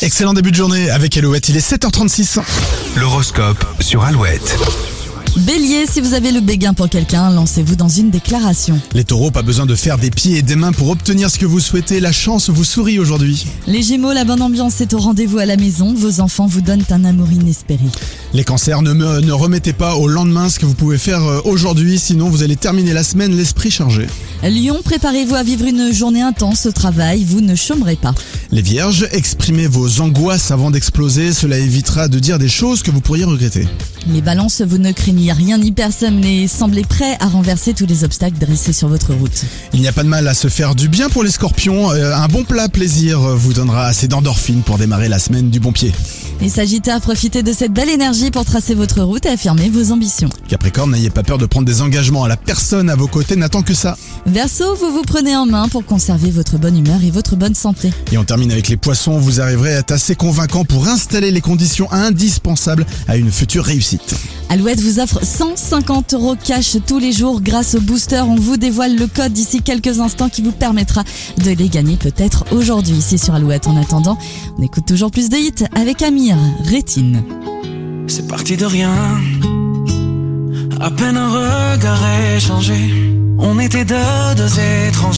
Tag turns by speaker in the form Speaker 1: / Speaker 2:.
Speaker 1: Excellent début de journée avec Alouette, il est 7h36.
Speaker 2: L'horoscope sur Alouette.
Speaker 3: Bélier, si vous avez le béguin pour quelqu'un, lancez-vous dans une déclaration.
Speaker 1: Les taureaux, pas besoin de faire des pieds et des mains pour obtenir ce que vous souhaitez, la chance vous sourit aujourd'hui.
Speaker 3: Les Gémeaux, la bonne ambiance est au rendez-vous à la maison, vos enfants vous donnent un amour inespéré.
Speaker 1: Les cancers, ne, me- ne remettez pas au lendemain ce que vous pouvez faire euh, aujourd'hui, sinon vous allez terminer la semaine l'esprit chargé.
Speaker 3: Lyon, préparez-vous à vivre une journée intense au travail, vous ne chômerez pas.
Speaker 1: Les vierges, exprimez vos angoisses avant d'exploser, cela évitera de dire des choses que vous pourriez regretter.
Speaker 3: Les balances, vous ne craignez rien ni personne et semblez prêts à renverser tous les obstacles dressés sur votre route.
Speaker 1: Il n'y a pas de mal à se faire du bien pour les scorpions, euh, un bon plat plaisir euh, vous donnera assez d'endorphines pour démarrer la semaine du bon pied.
Speaker 3: Les Sagittaires, profitez de cette belle énergie pour tracer votre route et affirmer vos ambitions.
Speaker 1: Capricorne, n'ayez pas peur de prendre des engagements, la personne à vos côtés n'attend que ça.
Speaker 3: Verseau, vous vous prenez en main pour conserver votre bonne humeur et votre bonne santé.
Speaker 1: Et on termine avec les poissons, vous arriverez à être assez convaincant pour installer les conditions indispensables à une future réussite.
Speaker 3: Alouette vous offre 150 euros cash tous les jours grâce au booster. On vous dévoile le code d'ici quelques instants qui vous permettra de les gagner peut-être aujourd'hui ici sur Alouette. En attendant, on écoute toujours plus de hits avec Amir, Rétine.
Speaker 4: C'est parti de rien. À peine un regard échangé. On était deux, deux étrangers.